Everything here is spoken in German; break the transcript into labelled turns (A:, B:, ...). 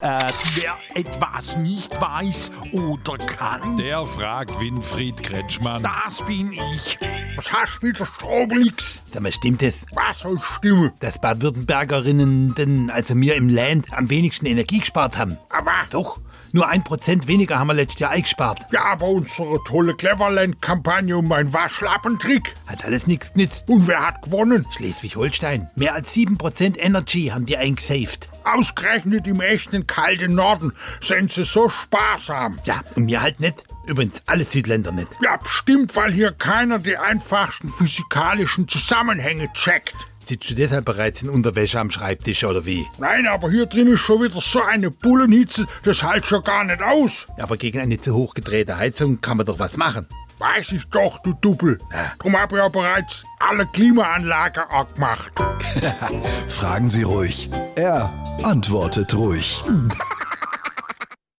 A: Äh, wer etwas nicht weiß oder kann,
B: Der fragt Winfried Kretschmann.
A: das bin ich.
C: Was hast du wieder, Strobelix?
D: Sag mal, stimmt es,
C: Was soll stimmen?
D: dass Baden-Württembergerinnen denn, also mir im Land, am wenigsten Energie gespart haben?
C: Aber,
D: Doch, nur ein Prozent weniger haben wir letztes Jahr eingespart.
C: ja, aber unsere tolle Cleverland-Kampagne um einen Waschlappentrick.
D: Hat alles nichts genützt.
C: Und wer hat gewonnen?
D: Schleswig-Holstein, mehr als 7% Energy haben die eingesaved.
C: Ausgerechnet im echten kalten Norden sind sie so sparsam.
D: Ja, und mir halt nicht. Übrigens, alle Südländer nicht.
C: Ja, bestimmt, weil hier keiner die einfachsten physikalischen Zusammenhänge checkt.
D: Sitzt du deshalb bereits in Unterwäsche am Schreibtisch oder wie?
C: Nein, aber hier drin ist schon wieder so eine Bullenhitze, das hält schon gar nicht aus.
D: Aber gegen eine zu hoch gedrehte Heizung kann man doch was machen.
C: Weiß ich doch, du Duppel. Drum hab ich ja bereits alle Klimaanlagen angemacht.
E: Fragen Sie ruhig. Er antwortet ruhig.